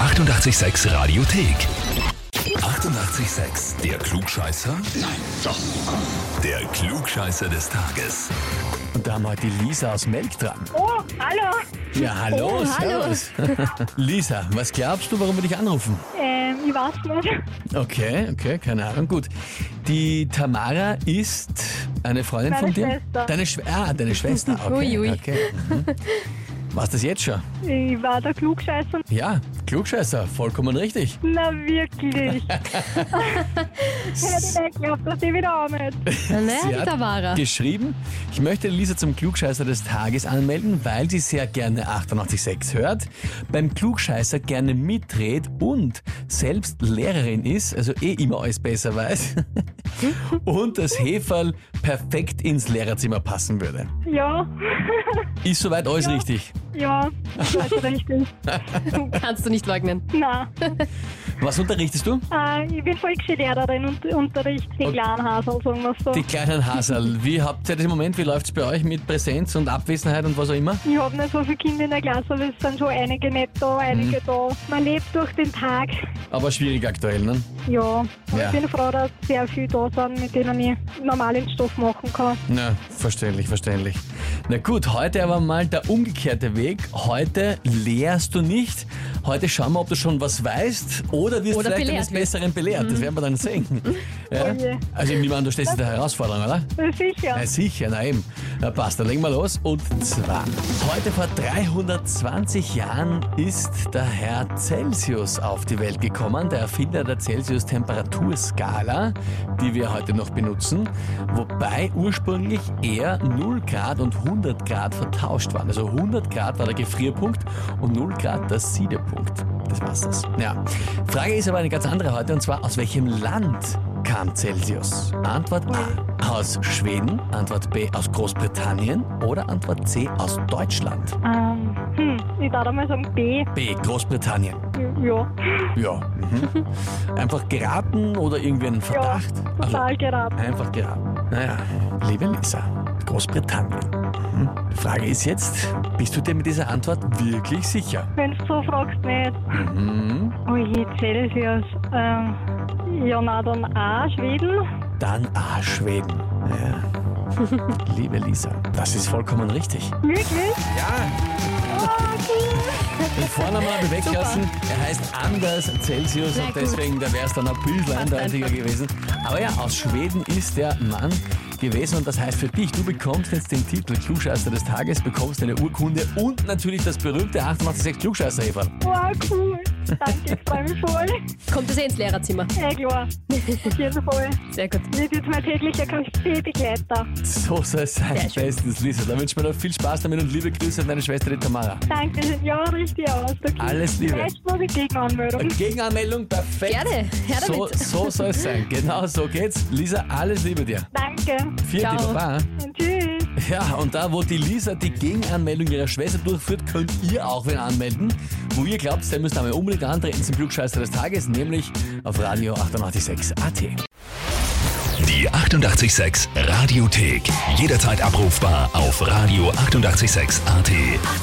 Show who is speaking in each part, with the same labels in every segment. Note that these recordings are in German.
Speaker 1: 886 Radiothek. 88,6. Der Klugscheißer? Nein, doch. Der Klugscheißer des Tages.
Speaker 2: Und da haben wir heute die Lisa aus Melk dran.
Speaker 3: Oh, hallo.
Speaker 2: Ja, hallo,
Speaker 4: Oh, hallo.
Speaker 2: servus. Lisa, was glaubst du, warum wir dich anrufen?
Speaker 3: Ähm, ich weiß nicht.
Speaker 2: Okay, okay, keine Ahnung. Gut. Die Tamara ist eine Freundin
Speaker 3: Meine
Speaker 2: von dir?
Speaker 3: Schwester.
Speaker 2: Deine Schwester. Ah, deine Schwester. Okay,
Speaker 4: Uiui.
Speaker 2: okay. Mhm. Warst das jetzt schon?
Speaker 3: Ich war der Klugscheißer.
Speaker 2: Ja, Klugscheißer, vollkommen richtig.
Speaker 3: Na wirklich. ich hätte nicht geglaubt, dass ich wieder anmelde.
Speaker 4: Na, naja,
Speaker 2: Sie
Speaker 4: die
Speaker 2: hat
Speaker 4: Tamara.
Speaker 2: Geschrieben, ich möchte Lisa zum Klugscheißer des Tages anmelden, weil sie sehr gerne 886 hört, beim Klugscheißer gerne mitdreht und selbst Lehrerin ist, also eh immer alles besser weiß, und das Heferl perfekt ins Lehrerzimmer passen würde.
Speaker 3: Ja,
Speaker 2: Ist soweit alles richtig.
Speaker 3: ja, das war schon richtig.
Speaker 4: Kannst du nicht leugnen.
Speaker 3: Nein,
Speaker 2: Was unterrichtest du?
Speaker 3: äh, ich bin Volksschullehrerin und unterrichte den
Speaker 2: Okay.
Speaker 3: kleinen Hasen, sagen wir so.
Speaker 2: Die kleinen Haserl, wie habt ihr das im Moment, wie läuft's bei euch mit Präsenz und Abwesenheit und was auch immer?
Speaker 3: Ich habe nicht so viele Kinder in der Klasse, aber es sind schon einige nicht da, einige
Speaker 2: Mhm.
Speaker 3: da. Man lebt durch den Tag.
Speaker 2: Aber schwierig aktuell, ne?
Speaker 3: Ja, und
Speaker 2: Ja.
Speaker 3: ich bin froh, dass sehr viele da sind, mit denen ich normalen Stoff machen kann.
Speaker 2: Na, verständlich, verständlich. Na gut, heute aber mal der umgekehrte Weg. Heute lehrst du nicht. Heute schauen wir, ob du schon was weißt oder wirst
Speaker 4: Oder
Speaker 2: vielleicht
Speaker 4: belehrt
Speaker 2: eines Besseren belehrt. Das werden wir dann sehen. Ja?
Speaker 3: Oh je.
Speaker 2: Also ich nehme an, du stehst in der Herausforderung, oder?
Speaker 3: Sicher.
Speaker 2: Na sicher, na eben. Na passt, dann legen wir los. Und zwar, heute vor 320 Jahren ist der Herr Celsius auf die Welt gekommen, der Erfinder der Celsius-Temperaturskala, die wir heute noch benutzen, wobei ursprünglich eher 0 Grad und 100 Grad vertauscht waren. Also 100 Grad war der Gefrierpunkt und 0 Grad der Siedepunkt. Das war's das. Ja. Frage ist aber eine ganz andere heute, und zwar, aus welchem Land kam Celsius? Antwort A. Aus Schweden, Antwort B. Aus Großbritannien oder Antwort C. Aus Deutschland?
Speaker 3: Ähm, hm, ich darf einmal sagen B.
Speaker 2: B. Großbritannien.
Speaker 3: Ja,
Speaker 2: Ja. Mhm. Einfach geraten oder irgendwie einen
Speaker 3: ja,
Speaker 2: Verdacht? Also
Speaker 3: total geraten.
Speaker 2: Einfach geraten. Naja, liebe Lisa, Großbritannien. Mhm. Die Frage ist jetzt, bist du dir mit dieser Antwort wirklich sicher?
Speaker 3: Wenn du so fragst, nicht.
Speaker 2: Mhm.
Speaker 3: Oh je, Celsius. Ähm, ja, na dann A, Schweden.
Speaker 2: Dann A. Schweden. Ja. Liebe Lisa, das ist vollkommen richtig.
Speaker 3: Wirklich?
Speaker 2: Den Vornamen habe ich weggelassen. Er heißt anders Celsius
Speaker 4: Na
Speaker 2: und
Speaker 4: gut.
Speaker 2: deswegen, da wäre es dann ein bisschen eindeutiger gewesen. Aber ja, aus Schweden ist der Mann gewesen und das heißt für dich, du bekommst jetzt den Titel Klugscheißer des Tages, bekommst eine Urkunde und natürlich das berühmte 886 klugscheißer -Heferl.
Speaker 3: Wow, cool. Danke, ich freue mich voll.
Speaker 4: Kommt das eh ins Lehrerzimmer.
Speaker 3: Ja, klar. Auf jeden Fall.
Speaker 4: Sehr gut.
Speaker 3: Wird jetzt mein täglicher Kaffeebegleiter.
Speaker 2: So soll es sein.
Speaker 4: Sehr schön.
Speaker 2: Bestens, Lisa. Dann wünsche ich mir noch viel Spaß damit und liebe Grüße an deine Schwester, die Tamara.
Speaker 3: Danke, ja, richtig aus. Okay.
Speaker 2: Alles Liebe.
Speaker 3: Vielleicht muss ich Gegenanmeldung.
Speaker 2: Gegenanmeldung, perfekt.
Speaker 4: Gerne, her
Speaker 2: So,
Speaker 4: damit.
Speaker 2: so soll es sein. Genau so geht's. Lisa, alles Liebe dir.
Speaker 3: Danke.
Speaker 2: Vierte
Speaker 4: Ciao.
Speaker 2: Baba.
Speaker 3: Und tschüss.
Speaker 2: Ja, und da, wo die Lisa die Gegenanmeldung ihrer Schwester durchführt, könnt ihr auch wen anmelden, wo ihr glaubt, ihr müsst einmal unbedingt antreten zum Glücksscheißer des Tages, nämlich auf Radio 886 AT.
Speaker 1: Die 88,6 Radiothek. Jederzeit abrufbar auf radio886.at. 88,6.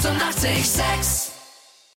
Speaker 5: Eighty-eight, sex.